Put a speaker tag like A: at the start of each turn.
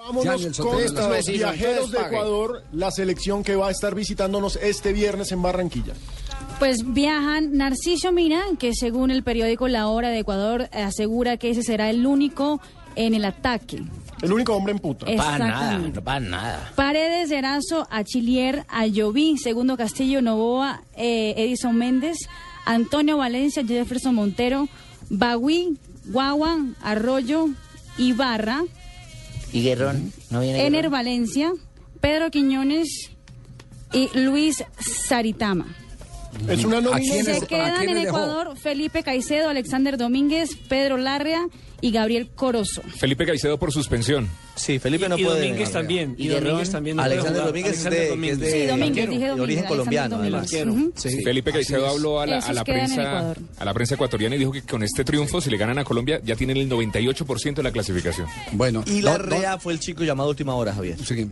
A: Vámonos con los viajeros de Ecuador, la selección que va a estar visitándonos este viernes en Barranquilla.
B: Pues viajan Narciso Mira, que según el periódico La Hora de Ecuador eh, asegura que ese será el único en el ataque.
A: El único hombre en puta.
C: Para nada, no para nada.
B: Paredes, Erazo, Achilier, Ayoví, Segundo Castillo, Novoa, eh, Edison Méndez, Antonio Valencia, Jefferson Montero, Bagui, Guagua, Arroyo, Ibarra,
C: ¿Y Guerrón? ¿No viene
B: Ener
C: Guerrón?
B: Valencia, Pedro Quiñones y Luis Saritama.
A: Es una nómina.
B: Se quedan en Ecuador Felipe Caicedo, Alexander Domínguez, Pedro Larrea y Gabriel Corozo.
D: Felipe Caicedo por suspensión.
E: Sí, Felipe no
F: y
E: puede.
F: Domínguez
E: venir.
F: también.
C: Y
F: Y,
C: Guerrón,
F: Domínguez también. no puede
E: Alexander
F: jugar.
E: Domínguez, es de-
F: Alexander
E: que es
F: Domínguez.
E: de,
B: Sí, Domínguez,
E: Eh, arquero,
B: dije
E: de
B: Domínguez,
E: origen
B: Alexander
E: colombiano, además.
B: Domínguez. Ujú.
E: Sí.
D: Felipe Caicedo habló a la,
B: Esos
D: a la
B: quedan en
D: prensa
B: Ecuador.
D: a la prensa ecuatoriana y dijo que con este triunfo, si le ganan a Colombia, ya tienen el 98% de la clasificación.
G: Bueno,
E: Y
G: no,
E: la
G: no,
E: REA fue el chico llamado Última Hora, Javier.
G: sí.